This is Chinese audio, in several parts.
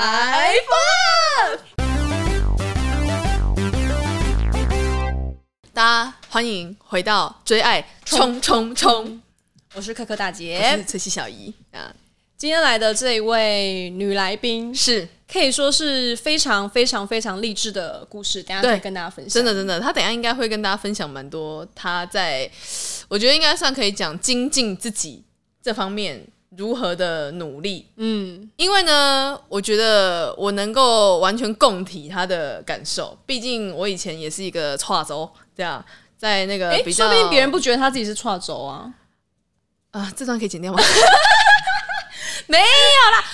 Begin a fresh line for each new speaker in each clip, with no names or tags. Five Up。大家欢迎回到追爱冲冲冲！
嗯我是可可大姐，
我是崔西小姨啊，
今天来的这一位女来宾，
是
可以说是非常非常非常励志的故事，等一下
对
可以跟大家分享。
真的真的，她等一下应该会跟大家分享蛮多，她在我觉得应该算可以讲精进自己这方面如何的努力，
嗯，
因为呢，我觉得我能够完全共体她的感受，毕竟我以前也是一个跨州这样。在那个
哎、
呃比较，
说不定别人不觉得她自己是跨轴啊。
啊、这段可以剪掉吗？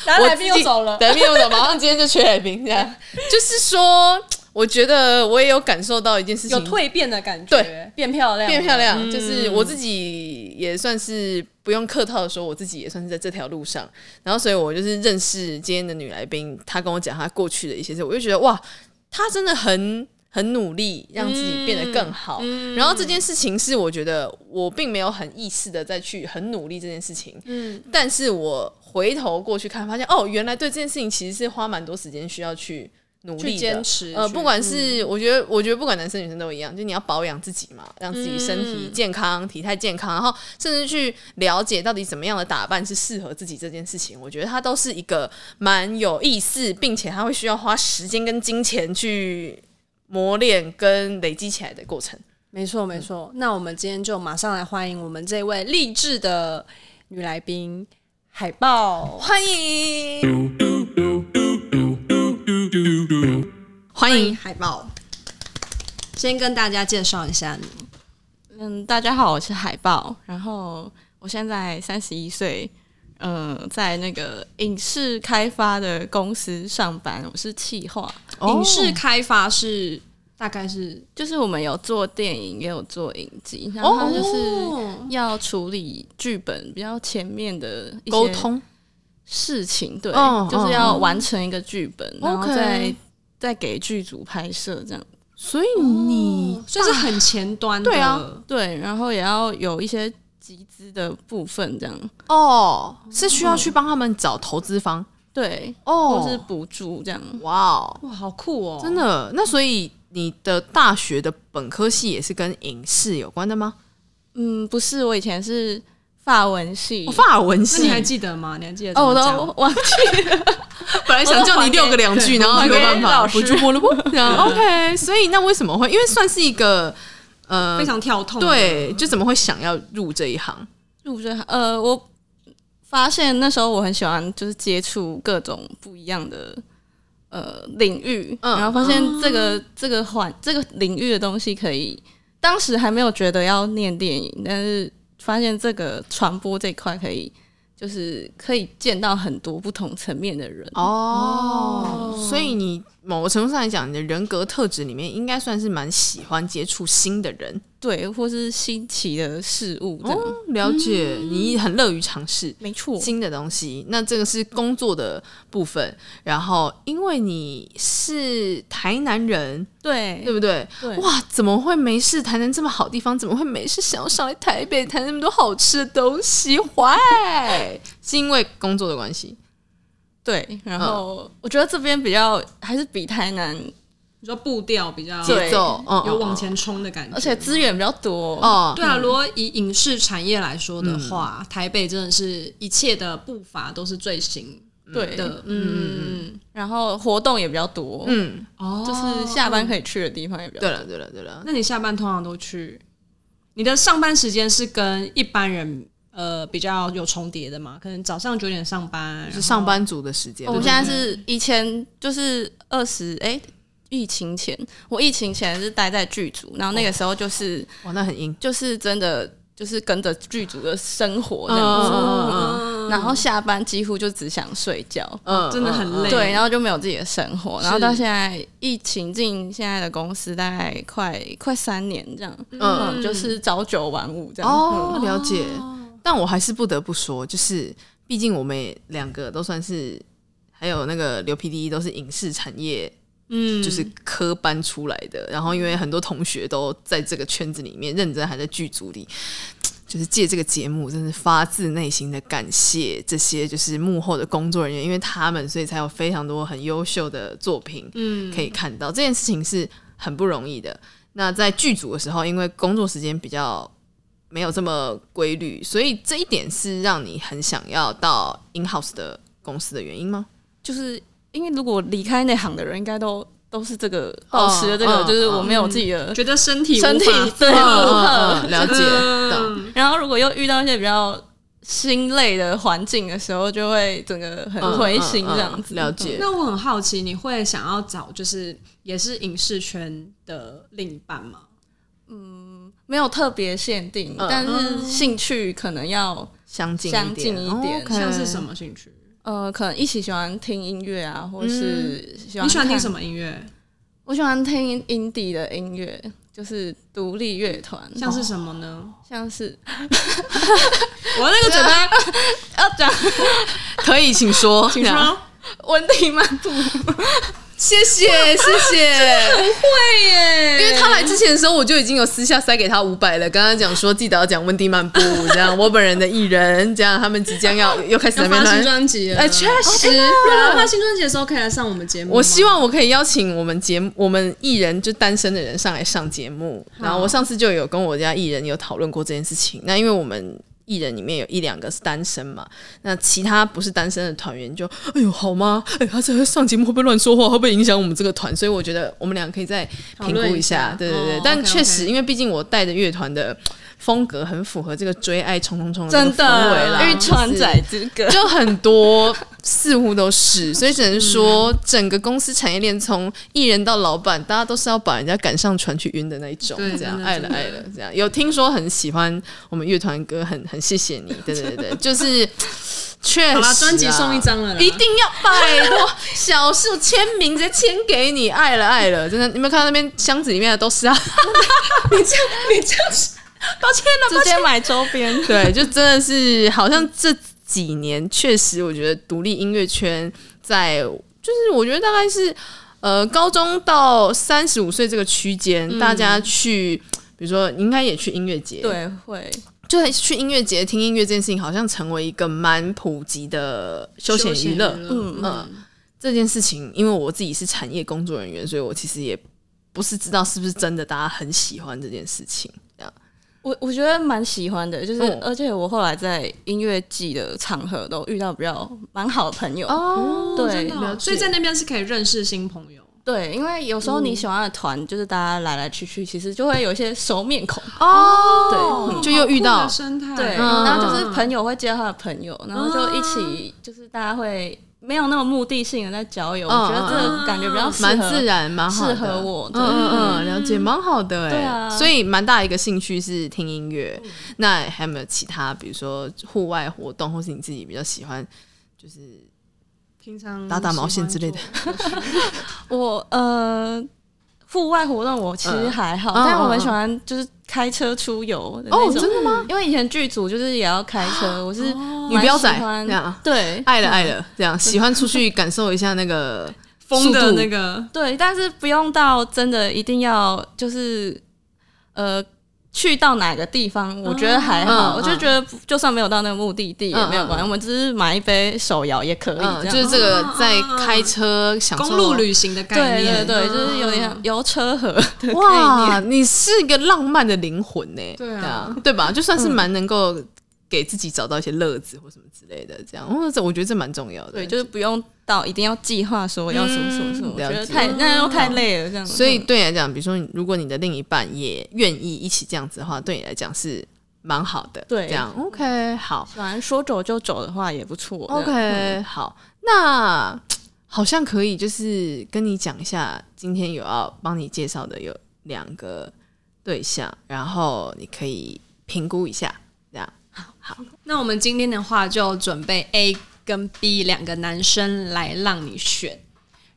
然后
我
来宾
自
又
己
走了，
来宾又走，马上今天就缺来宾，这样 就是说，我觉得我也有感受到一件事情，
有蜕变的感觉，
对，
变漂亮，
变漂亮，
嗯
就是我自己也算是不用客套的说，我自己也算是在这条路上，然后所以我就是认识今天的女来宾，她跟我讲她过去的一些事，我就觉得哇，她真的很。很努力让自己变得更好，然后这件事情是我觉得我并没有很意识的再去很努力这件事情，
嗯，
但是我回头过去看，发现哦，原来对这件事情其实是花蛮多时间需要去努力
去
的
坚持，
呃，
去
不管是、我觉得，我觉得不管男生女生都一样，就你要保养自己嘛，让自己身体
嗯
健康、体态健康，然后甚至去了解到底怎么样的打扮是适合自己这件事情。我觉得它都是一个蛮有意思，并且它会需要花时间跟金钱去磨练跟累积起来的过程。
没错，没错。
嗯
那我们今天就马上来欢迎我们这位励志的女来宾海豹，
欢迎，欢迎
海豹。先跟大家介绍一下你，
嗯，大家好，我是海豹，然后我现在三十一岁，呃，在那个影视开发的公司上班，我是企划，
哦
影视开发是大概是，
就是我们有做电影，也有做影集，然后就是
哦
要处理剧本比较前面的一
沟
些
通。
事情，对，
哦
就是要
哦
完成一个剧本，然后
OK
再再给剧组拍摄这样。
所以你、
所以是很前端的，
对啊
对，然后也要有一些集资的部分，这样
哦，是需要去帮他们找投资方
对，
哦
或是补助这样。
哇哦，
哇，好酷哦！
真的？那所以你的大学的本科系也是跟影视有关的吗？
嗯，不是，我以前是法文系。
哦法文
那你
系，
还记得吗？你还记得怎么
哦，我
讲？
都忘记
本来想叫你六个两 句，然 后没办法，
还给
不
老师
就不了不。OK，所 以那为什么会？因为算是一个呃
非，常跳痛，，
对，就怎么会想要入这一行？
入这行。呃，我发现那时候我很喜欢，就是接触各种不一样的呃领域，
嗯啊
然后发现这个、这个环这个领域的东西可以，当时还没有觉得要念电影，但是发现这个传播这一块可以，就是可以见到很多不同层面的人。
哦，所以你某个程度上来讲，你的人格特质里面应该算是蛮喜欢接触新的人。
对，或是新奇的事物这样。
哦，了解，
嗯
你很乐于尝试。
没
哦
错，
新的东西。那这个是工作的部分，然后因为你是台南人，
对
对不对？
对
哇，怎么会没事？台南这么好地方，怎么会没事想要上来台北谈那么多好吃的东西？坏，是因为工作的关系。
对，然后我觉得这边比较还是比台南，
你说步调比较
对
节奏，嗯，
有
嗯
往。前冲的感觉，
而且资源比较多。
嗯哦，
对啊，如果以影视产业来说的话，
嗯
台北真的是一切的步伐都是最新
对
的，
嗯嗯，然后活动也比较多，
嗯，
哦
就是下班可以去的地方也比较
对
啊
多。
了，对了，对了，
那你下班通常都去？你的上班时间是跟一般人呃比较有重叠的嘛？可能早上九点上班，
是上班族的时间。
哦
我们现在是以前就是二十哎，疫情前我疫情前是待在剧组，然后那个时候就是
哇，那很硬。
就是真的就是跟着剧组的生活这
嗯
样子，
嗯嗯
嗯
然后下班几乎就只想睡觉。
嗯，
真的很累
对，然后就没有自己的生活，
是
然后到现在疫情进现在的公司大概快快三年这样，嗯
嗯
就是朝九晚五这样。
哦，
嗯
了解。但我还是不得不说，就是毕竟我们也两个都算是，还有那个刘 PD 都是影视产业，
嗯
就是科班出来的。然后因为很多同学都在这个圈子里面认真，还在剧组里，就是借这个节目，真是发自内心的感谢这些就是幕后的工作人员，因为他们，所以才有非常多很优秀的作品，嗯，可以看到这件事情是很不容易的。那在剧组的时候，因为工作时间比较没有这么规律，所以这一点是让你很想要到 in house 的公司的原因吗？
就是因为如果离开那行的人，应该都都是这个保持的这个，
嗯
就是我没有自己的
觉得身体无法
身体对
嗯
负荷
嗯嗯了解，懂。
嗯
然后如果又遇到一些比较心累的环境的时候，就会整个很灰心这样
嗯
子。
嗯嗯嗯了解
那我很好奇，你会想要找就是也是影视圈的另一半吗？
没有特别限定，
嗯
但是兴趣可能要
相近
相近
一哦
一点
OK
像是什么兴趣？
呃，可能一起喜欢听音乐啊，或是喜欢、
你喜欢听什
么？
么音乐？
我喜欢听 indie 的音乐，就是独立乐团，
像是什么呢？
哦
像是
我那个嘴 巴，
要讲
可以，请说，
请说。
温蒂曼兔，
谢谢，谢 谢。
对耶，
因为他来之前的时候，我就已经有私下塞给他五百了。刚刚讲说，记得要讲温蒂漫步，这样我本人的艺人，这样他们即将要又开始在
要
那边
发新
乱。
专辑了，哦
哎，确实
如果
啊
发。新专辑的时候可以来上我们节目吗。
我希望我可以邀请我们节目，我们艺人就单身的人上来上节目。然后我上次就有跟我家艺人有讨论过这件事情。那因为我们艺人里面有一两个是单身嘛，那其他不是单身的团员就，哎呦好吗？哎，他这上节目会不会乱说话？会不会影响我们这个团？所以我觉得我们俩可以再
讨
评
论
估
一下
对对对，
哦
但
OK，OK
确实，因为毕竟我带的乐团的风格很符合这个追爱冲冲冲这个
真
氛围啦
的，玉川
就是
仔之歌，
就很多似乎都是，所以
嗯
只能说整个公司产业链从艺人到老板，大家都是要把人家赶上船去晕的那一种，
对
这样
真的
爱了
真的
爱了这样。有听说很喜欢我们乐团歌，很很谢谢你，对对对，对就是确实、啊、
好啦，专辑送一。张了啦，
一定要拜托，小树签名直接签给你，爱了爱了，真的，你有没有看到那边箱子里面的都是啊？
抱歉了，直接买周边，
对，就真的是好像这几年确实，我觉得独立音乐圈在就是我觉得大概是呃高中到三十五岁这个区间，大家去。比如说，你应该也去音乐节，，
对，会
就是去音乐节听音乐这件事情，好像成为一个蛮普及的休闲娱乐。
嗯
嗯，这件事情，因为我自己是产业工作人员，所以我其实也不是知道是不是真的大家很喜欢这件事情。这样
我我觉得蛮喜欢的，就是、
嗯
而且我后来在音乐季的场合都遇到比较蛮好的朋友，
哦
对
真的哦所以在那边是可以认识新朋友。
对，因为有时候你喜欢的团、就是大家来来去去，其实就会有一些熟面孔，
哦
对
就又遇
好酷
到
的生态，
对，
嗯
然后就是朋友会介绍他的朋友，然后就一起就是大家会没有那么目的性的在交友，
嗯
我觉得这个感觉比较适合
蛮自，然，蛮好的
适合我
嗯
对
嗯嗯，了解，蛮好的哎、
对啊
所以蛮大一个兴趣是听音乐。那还有没有其他，比如说户外活动，或是你自己比较喜欢，就是
平常
打打毛线之类的
喜欢做。
我呃。户外活动我其实还好，
嗯
但我
嗯嗯
很喜欢就是开车出游的
哦，
那种
真的哦吗？
因为以前剧组就是也要开车，我是
女
女
标仔这样啊
嗯欢，对
爱了爱了，这样喜欢出去感受一下那个
风
速
的
度
那个，
对，但是不用到真的一定要就是呃去到哪个地方，我觉得还
嗯嗯
好，我就觉得不就算没有到那个目的地也没有
嗯嗯
关系，我们只是买一杯手摇也 可以，
嗯，
这
就是
样。啊
这个在开车享受啊
公路旅行的概
对
念，
对对，
嗯
就是有点油车河的概念。
哇， 你是一个浪漫的灵魂呢、
对啊
对吧？就算是蛮能够给自己找到一些乐子或什么之类的，这样，哦，这我觉得这蛮重要的。
嗯对，就是不用到一定要计划说要什么什么什么，
嗯
我觉
了
得
解嗯
太那又太累了这样。嗯
所以对你来讲，比如说，如果你的另一半也愿意一起这样子的话，对你来讲是蛮好的。
对
这样 OK，好
反正说走就走的嗯话也不错。这样
，OK，、好，那好像可以，就是跟你讲一下，今天有要帮你介绍的有两个对象，然后你可以评估一下，这样。
那我们今天的话就准备 A 跟 B 两个男生来让你选，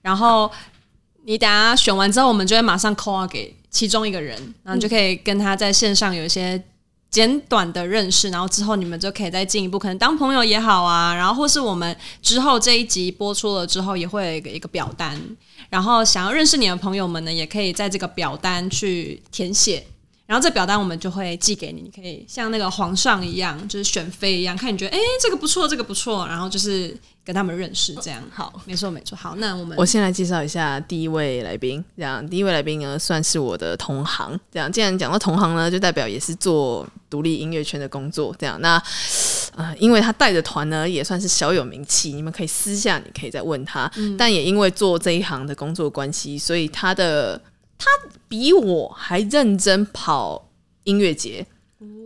然后你等下选完之后，我们就会马上 call out 给其中一个人，然后你就可以跟他在线上有一些简短的认识，然后之后你们就可以再进一步，可能当朋友也好啊，然后或是我们之后这一集播出了之后，也会有一个一个表单，然后想要认识你的朋友们呢，也可以在这个表单去填写。然后这表单我们就会寄给你，你可以像那个皇上一样，就是选妃一样，看你觉得哎、诶这个不错，这个不错，然后就是跟他们认识这样。
好，
没错没错。好，那我们
我先来介绍一下第一位来宾，这样第一位来宾呢算是我的同行，这样既然讲到同行呢，就代表也是做独立音乐圈的工作，这样那呃，因为他带的团呢也算是小有名气，你们可以私下你可以再问他，但也因为做这一行的工作关系，所以他的他比我还认真跑音乐节。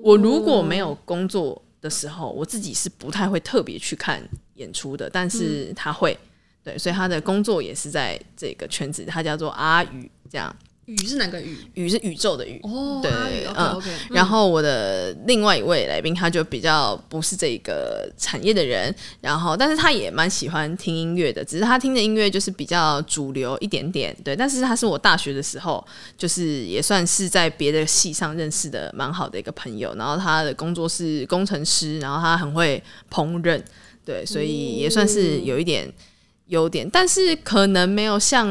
我如果没有工作的时候，我自己是不太会特别去看演出的，但是他会。对，所以他的工作也是在这个圈子，他叫做阿宇，这样
雨是哪个雨？
宇是宇宙的宇。
哦，
对
阿宇，OK
嗯
OK。
然后我的另外一位来宾，他就比较不是这个产业的人，然后但是他也蛮喜欢听音乐的，只是他听的音乐就是比较主流一点点，对。但是他是我大学的时候，就是也算是在别的系上认识的蛮好的一个朋友，然后他的工作是工程师，然后他很会烹饪，对，所以也算是有一点优点，但是可能没有像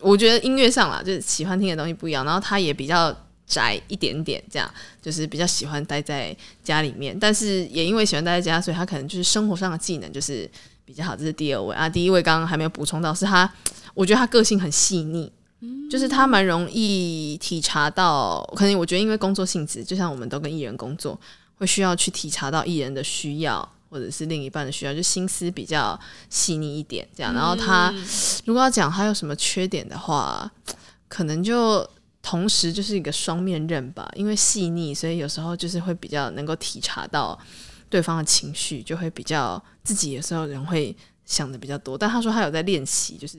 我觉得音乐上啦，就是喜欢听的东西不一样，然后他也比较宅一点点，这样就是比较喜欢待在家里面，但是也因为喜欢待在家，所以他可能就是生活上的技能就是比较好，这是第二位啊，第一位刚刚还没有补充到，是他，我觉得他个性很细腻。就是他蛮容易体察到，可能我觉得因为工作性质，就像我们都跟艺人工作，会需要去体察到艺人的需要，或者是另一半的需要，就心思比较细腻一点这样。然后他、
嗯
如果要讲他有什么缺点的话，可能就同时就是一个双面刃吧，因为细腻，所以有时候就是会比较能够体察到对方的情绪，就会比较自己有时候人会想的比较多。但他说他有在练习，就是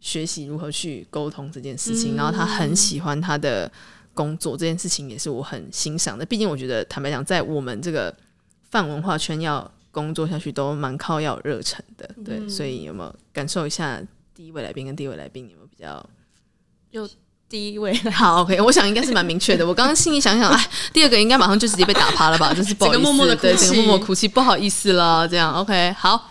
学习如何去沟通这件事情，然后他很喜欢他的工作这件事情，也是我很欣赏的。毕竟我觉得坦白讲，在我们这个泛文化圈要。工作下去都蛮靠要有热忱的，对，所以有没有感受一下第一位来宾跟第一位来宾有没有比较
第一位
好，OK，我想应该是蛮明确的。我刚刚心里想想，哎，第二个应该马上就直接被打趴 了吧？就是不好意
整
思，
个默默地
对，
哭泣
整个默默哭泣，不好意思啦，这样 OK，好。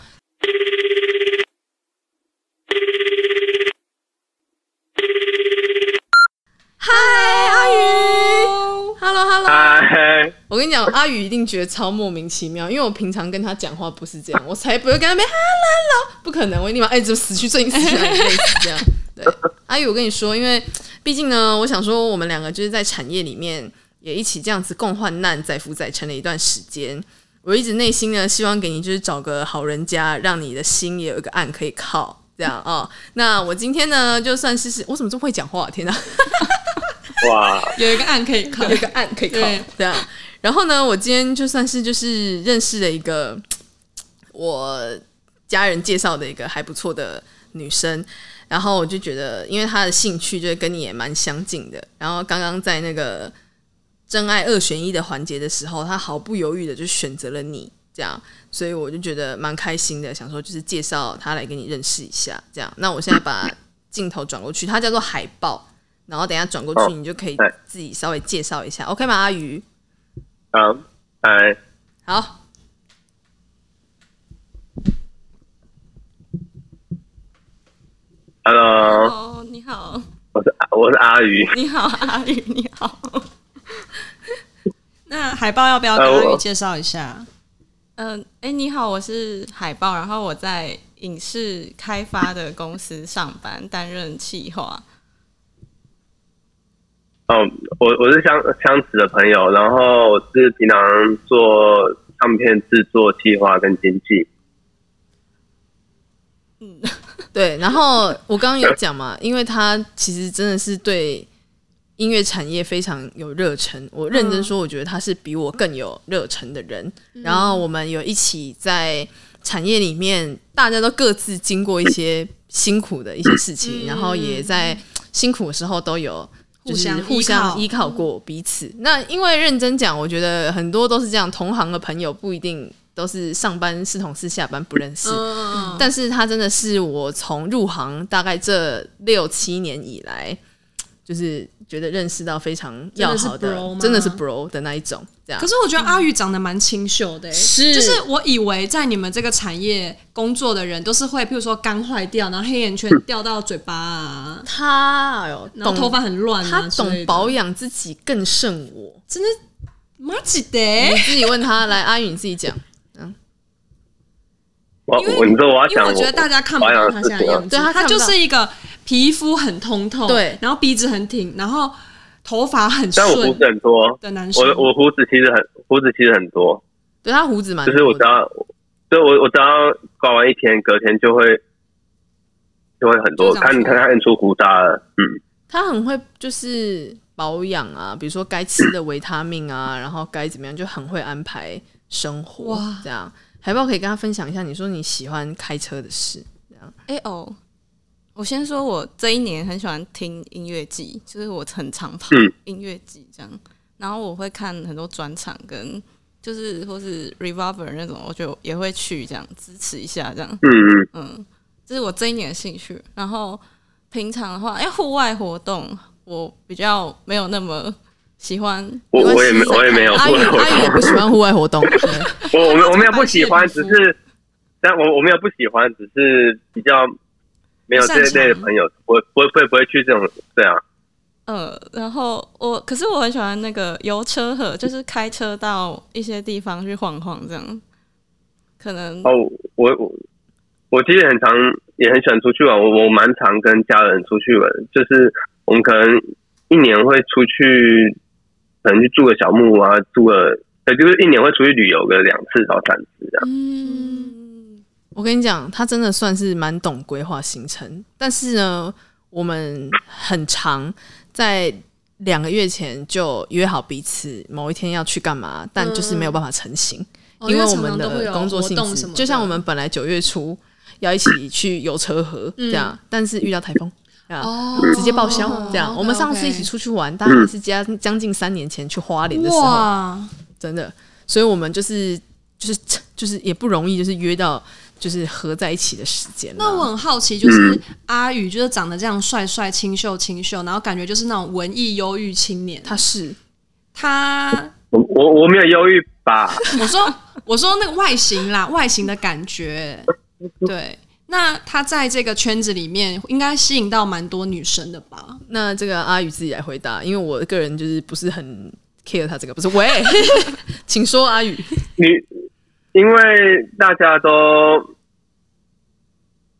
嗨，阿宇，Hello Hello，
嗨，
我跟你讲，阿宇一定觉得超莫名其妙，因为我平常跟他讲话不是这样，我才不会跟他哎没 hello，不可能，我立马哎，怎么死去最近死去哪里类似这样。对，阿宇，我跟你说，因为毕竟呢，我想说我们两个就是在产业里面也一起这样子共患难、载浮载沉了一段时间。我一直内心呢，希望给你就是找个好人家，让你的心也有一个岸可以靠，这样哦。那我今天呢，就算是是，我怎么这么会讲话？天哪！
哇，
有一个案可以考
有，一个案可以靠
对
这样。啊然后呢，我今天就算是就是认识了一个我家人介绍的一个还不错的女生，然后我就觉得，因为她的兴趣就是跟你也蛮相近的。然后刚刚在那个真爱二选一的环节的时候，她毫不犹豫的就选择了你，这样，所以我就觉得蛮开心的，想说就是介绍她来给你认识一下，这样。那我现在把镜头转过去，她叫做海豹。然后等一下转过
哦
去，你就可以
对
自己稍微介绍一下，OK 吗？阿鱼，
好，哎嗨，
好，
Hello，
哦，你好，
我是我是阿宇，
你好，阿宇，你好。
那海报要不要跟阿宇介绍一下？
嗯，哎，你好，我是海豹，然后我在影视开发的公司上班，担任企划。
哦，我我是相相子的朋友，然后我是平常做唱片制作、计划跟经济。
嗯，
对。然后我刚刚有讲嘛，因为他其实真的是对音乐产业非常有热忱。我认真说，我觉得他是比我更有热忱的人。然后我们有一起在产业里面，大家都各自经过一些辛苦的一些事情，然后也在辛苦的时候都有就是嗯互
互相
相依靠过彼此。那因为认真讲，我觉得很多都是这样，同行的朋友不一定都是上班是同事，下班不认识。
嗯，
但是他真的是我从入行大概这六七年以来，就是觉得认识到非常要
真
好
的是 bro 吗
真的是 bro 的那一种，这样
可。是我觉得阿宇长得蛮清秀的、欸，
是
就是我以为在你们这个产业工作的人都是会，譬如说肝坏掉，然后黑眼圈掉到嘴巴啊，
他哎呦，
然后
懂
头发很乱啊
他
之类
懂
的
保养自己更胜我。
真的马吉欸得
你，自己问他，来阿宇你自己讲。
我
因为
我你说我要
因为
讲，
我觉得大家看不到他现在的样子，
对他
他
看不
就
到
是一个皮肤很通透，
对
然后鼻子很挺，然后头发很
但我胡
顺
子很多，
的男生
我，我胡子其实很胡子其实很多，
对他胡子蛮
就
多的，
是我只要，就我我只要刮完一天，隔天就会就会很多，
就长出来
看你看看出胡渣了，嗯，
他很会就是保养啊，比如说该吃的维他命啊，然后该怎么样就很会安排生活。
哇
这样海报可以跟他分享一下，你说你喜欢开车的事，
哎哦，我先说，我这一年很喜欢听音乐季，就是我很常跑
嗯
音乐季这样，然后我会看很多专场跟就是或是 Revolver 那种，我就也会去这样支持一下这样，
嗯嗯，
嗯，这是我这一年的兴趣。然后平常的话，哎，户外活动我比较没有那么喜欢，
我
没关系
我也没我也没有，
阿
我
宇 阿宇也不喜欢户外 活动，对
我我们我没有不喜欢，
他
只
就
是，但我我没有不喜欢，只是比较没有这一类的朋友，不会不会不会不会去这种对啊，
呃，然后我可是我很喜欢那个游车河，就是开车到一些地方去晃晃这样，可能
哦，我我我其实很常也很喜欢出去玩，我我蛮常跟家人出去玩，就是我们可能一年会出去，可能去住个小木屋啊，住个。对，就是一年会出去旅游个两次到三次这样。
嗯，
我跟你讲，他真的算是蛮懂规划行程，但是呢，我们很长在两个月前就约好彼此某一天要去干嘛，但就是没有办法成行，
哦
因为
因为
我
常
们
常都会
的
有
工作
活
性
动什
质
么，的
就像我们本来九月初要一起去游车河、这样，但是遇到台风。
嗯
啊，
哦
直接报销这样。
OK，嗯
我们上次
OK
一起出去玩，大概是将将近三年前去花莲的时候，
哇，
真的，所以我们就是就是就是也不容易，就是约到就是合在一起的时间啦。啊
那我很好奇，
嗯
就是阿宇就是长得这样帅帅、清秀清秀，然后感觉就是那种文艺忧郁青年。
他是
他，
我我我没有忧郁吧？
我说 我说那个外形啦，外形的感觉，对。那他在这个圈子里面应该吸引到蛮多女生的吧？
那这个阿宇自己来回答，因为我个人就是不是很 care 他这个，不是喂， 请说阿宇，
你因为大家都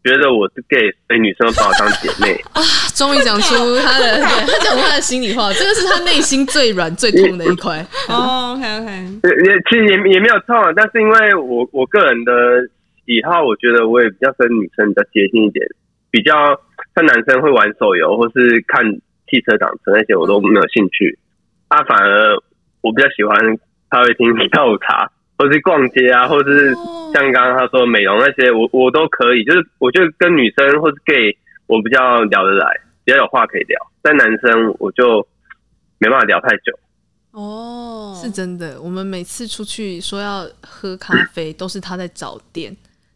觉得我是 gay，所以女生都把我当姐妹。
终于讲出他的，对他讲出他的心里话，这个是他内心最软最痛的一块。
哦、o k OK，
也呃也其实也也没有错，但是因为我我个人的喜好，我觉得我也比较跟女生比较接近一点，比较像男生会玩手游或是看汽车档车那些，我都没有兴趣。啊，反而我比较喜欢咖啡 厅下午茶，或是逛街啊，或是
哦
像刚刚他说的美容那些，我我都可以。就是我觉得跟女生或是 gay，我比较聊得来，比较有话可以聊。但男生我就没办法聊太久。
哦、
是真的，我们每次出去说要喝咖啡，都是他在找店，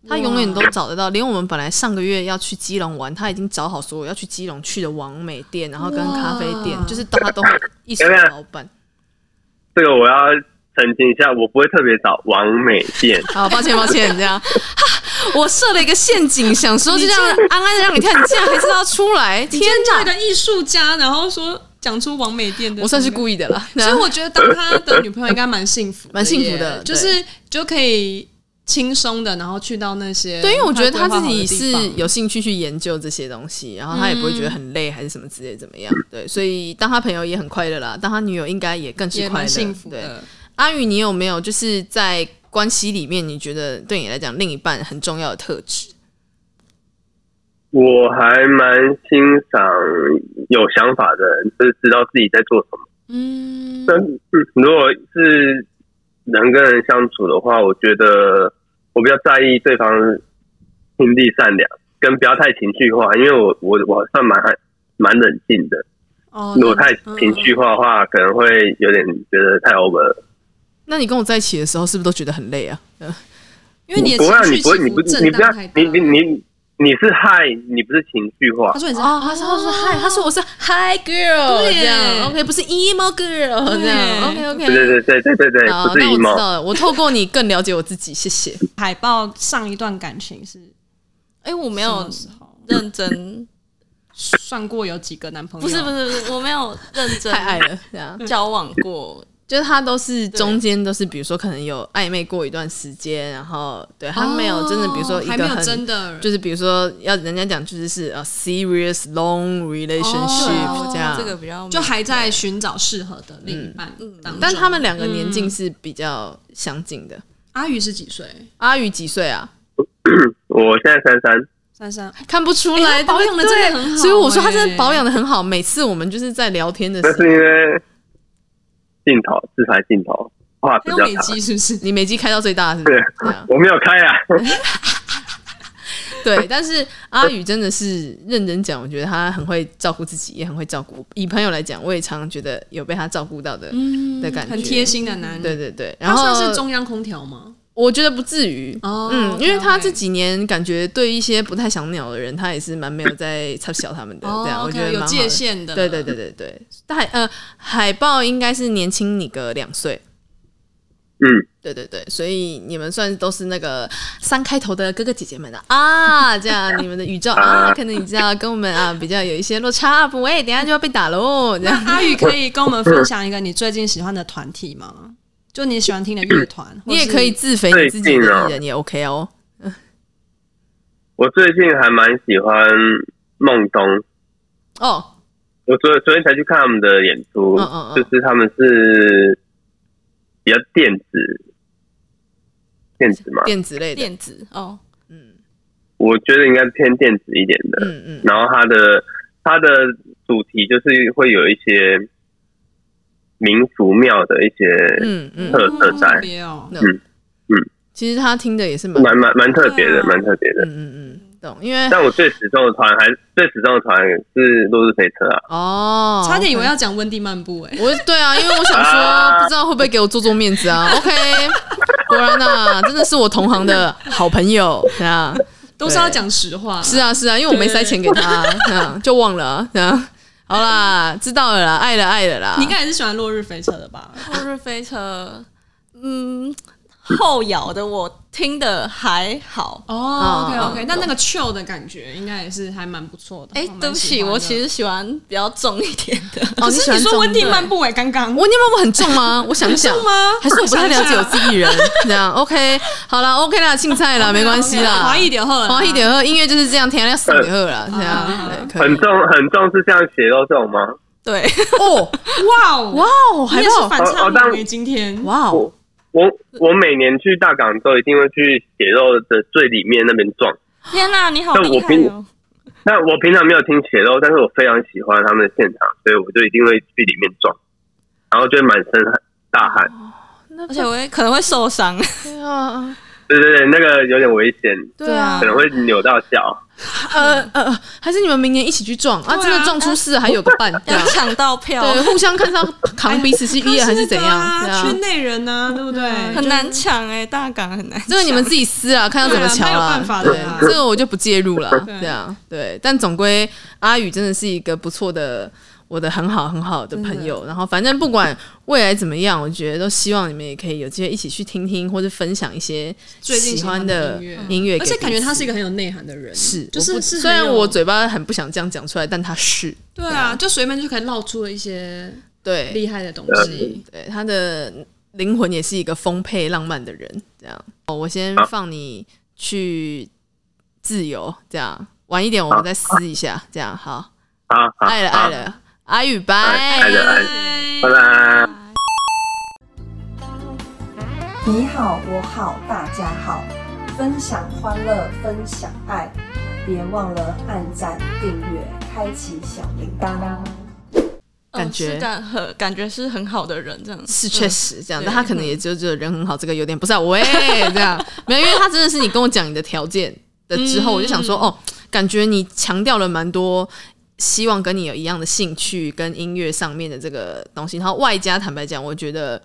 他永远都找得到。连我们本来上个月要去基隆玩，他已经找好所有要去基隆去的王美店，然后跟咖啡店
哇，
就是他都会一手老板。
这个我要澄清一下，我不会特别找完美店，
好，抱歉抱歉，这样。 哈我设了一个陷阱，想说就这样安安的让你看，你竟然还知道出来，
你
天
今天叫一
哪！
个艺术家，然后说讲出王美店的，
我算是故意的啦，
所以我觉得当他的女朋友应该蛮幸福的耶，
啊蛮幸福的对
就是就可以轻松的，然后去到那些
对，因为我觉得他
规划
自
好的
己
地
是
方
有兴趣去研究这些东西，然后他也不会觉得很累还是什么之类怎么样。
嗯
对，所以当他朋友也很快乐啦，当他女友应该也更是
也
快乐。
蛮幸福
对，
的。
阿宇，你有没有就是在关系里面，你觉得对你来讲另一半很重要的特质？
我还蛮欣赏有想法的人，就是知道自己在做什么。
嗯，
但嗯如果是人跟人相处的话，我觉得我比较在意对方心地善良，跟不要太情绪化，因为我我我算蛮蛮冷静的。
哦，
如果太情绪化的话，可能会有点觉得太 over 了。
那你跟我在一起的时候，是不是都觉得很累啊？嗯
因为你的
不会啊，
情
你
绪
不会，你
起
不
伏
是，
震
你不要
荡太，大
你你你你是嗨，你不是情绪化
他。说你是
哦，他说他说嗨，他说我是 hi girl
对耶
这样，OK，不是 emo girl 这样
对
，OK OK。
对对对对对对，
好，
不是
那我知
emo。
道了，我透过你更了解我自己，谢谢。
海报上一段感情是
哎，我没
什
有
么时候
认真
算过有几个男朋友？
不是不，是不是，我没有认真
太爱了，对啊，
交往过，
就是他都是中间都是，比如说可能有暧昧过一段时间，然后对他没有真的，比如说一
哦还没
个
有
很
真的，
就是比如说要人家讲就是是呃 serious long relationship、
哦
这样，
这个比较
就还在寻找适合的另一半当中。
嗯但他们两个年纪是比较相近的。
阿宇是几岁？
阿宇几岁啊？
我现在三三，
三三，
看不出
哎
来，
他保养得真的
对不对
很好
所以我说他真
哎
的保养的很好。每次我们就是在聊天的时
但是
候，
因为镜头自拍镜头话比
还有
较
美
长，
肌是不是？
你美肌开到最大是不是？这样
我没有开啊。
对，但是阿宇真的是认真讲，我觉得他很会照顾自己，也很会照顾。以朋友来讲，我也常常觉得有被他照顾到的、的感觉，
很贴。心的男人。
对对对，然
嗯他
后
算是中央空调吗？
我觉得不至于。
哦
嗯，
OK，
因为他
OK
这几年感觉对一些不太想鸟的人，他也是蛮没有在插小他们的，这样、
哦
啊我
，OK，
觉得蛮
有
好
界
的。
限的。
对对对对对，但海呃海豹应该是年轻你个两岁，
嗯，
对对对，所以你们算都是那个三开头的哥哥姐姐们的啊，这样你们的宇宙啊，可能你知道跟我们啊比较有一些落差，不会，等一下就要被打喽，这样。
阿宇可以跟我们分享一个你最近喜欢的团体吗？就你喜欢听的乐团，
你也可以自肥你自己的艺人也 OK 哦，
我最近还蛮喜欢孟东，
哦，
我昨昨天才去看他们的演出，
嗯嗯嗯
就是他们是比较电子，电子嘛，
电子类的，
电子 哦，
嗯
我觉得应该偏电子一点的。
嗯嗯，
然后它的它的主题就是会有一些民俗庙的一些，
嗯嗯，
特色在
特别哦。
其实他听的也是蛮，
蛮蛮蛮特别
对
的，
啊
蛮特别
嗯
的。
嗯嗯，懂，因为
但我最始终的团还最始终的团是落日飞车啊，
哦，
差点以为要讲温蒂漫步哎，
我对啊，因为我想说，不知道会不会给我做做面子啊？OK，果然呐、真的是我同行的好朋友，对啊，
都是要讲实话。
是啊，是啊，因为我没塞钱给他，对啊，就忘了啊，对啊，好啦，知道了啦，爱了爱了啦，
你应该也是喜欢落日飞车的吧？
落日飞车，嗯，后摇的我听的还好。
哦，OK
嗯
OK，那那个 chill 的感觉应该也是还蛮不错的。
哎、
蛮
对不
喜
起，
欢的
我其实喜欢比较重一点的。
哦，
可
你喜
是
欢
你说
重
温蒂
的
漫步哎，刚刚
我念妈妈很重吗？我想 想
重吗
还是我不太了 解我自己人，这样 OK，好啦 o k 啦，青菜啦，没关系啦，
华一点啊后，
华一点二，音乐就是这样，天要死点二啦，这样对，可
很
以
重很重是像血肉这种吗？
对，
哦，
哇哦
哇 哦，
你
还
也是
有
反差
哦哦但
萌哎，今天
哇哦。
我我每年去大港都一定会去血肉的最里面那边撞。
天哪、你好
但
厉
我
害
比你
哦！
那我平常没有听血肉，但是我非常喜欢他们的现场，所以我就一定会去里面撞，然后就会满身汗大汗。
哦那
而且我也可能会受伤。
对啊，
对对对，那个有点危险，
对啊
可，能会扭到脚。
呃呃，呃还是你们明年一起去撞
对
啊？
啊
真的撞出事还有个伴， 对
要
啊，
抢到票，
对，互相看上扛彼此是一人还是怎样？
那
对
个啊
啊
圈，内人呢，对不对？
很难抢哎、大港很难抢。
这个你们自己撕啊，看要怎么
对啊
瞧
他有
啦
办法。的
对
啦，
这个我就不介入了，
对
这样对。但总归阿宇真的是一个不错的。我的很好很好的朋友，然后反正不管未来怎么样，我觉得都希望你们也可以有机会一起去听听或者分享一些
最近喜欢
欢
的
的
音乐
音乐给
而
彼此，
且感觉他是一个很有内涵的人，
是，
就
我
是
不
是很
虽然
有
我嘴巴很不想这样讲出来，但他是
对啊，就随便就可以唠出了一些
对
厉害的东
呃
西。
对，他的灵魂也是一个丰沛浪漫的人。这样，哦，我先
好
放你去自由，这样晚一点我们再撕一下，这样好，
啊，好
爱了
好
爱了，阿宇拜，
爱了爱了，拜
哦
拜。
你好，我好，大家好，分享欢乐，分享爱，别忘了按赞、订阅、开启小铃铛。
感觉
嗯是但很感觉是很好的人，这样
是
嗯
确实这样，
对
但他可能也就只有人很好这个优点，不是、啊、喂这样，没有，因为他真的是你跟我讲你的条件的之后，
嗯
我就想说哦，感觉你强调了蛮多，希望跟你有一样的兴趣跟音乐上面的这个东西，然后外加坦白讲，我觉得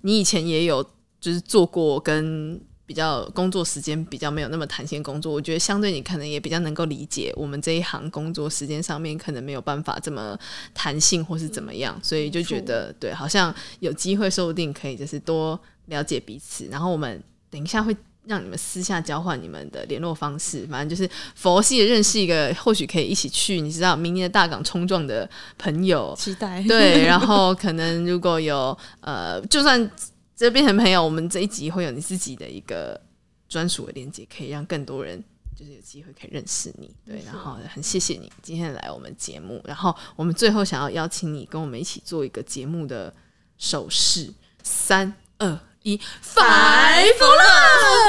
你以前也有就是做过跟。比较工作时间比较没有那么弹性工作，我觉得相对你可能也比较能够理解我们这一行工作时间上面可能没有办法这么弹性或是怎么样，所以就觉得对，好像有机会说不定可以就是多了解彼此，然后我们等一下会让你们私下交换你们的联络方式，反正就是佛系的认识一个，或许可以一起去，你知道明年的大港冲撞的朋友，
期待。
对，然后可能如果有呃，就算这变成朋友，我们这一集会有你自己的一个专属的连接，可以让更多人就是有机会可以认识你。对，然后很谢谢你今天来我们节目，然后我们最后想要邀请你跟我们一起做一个节目的手势，三二一，反。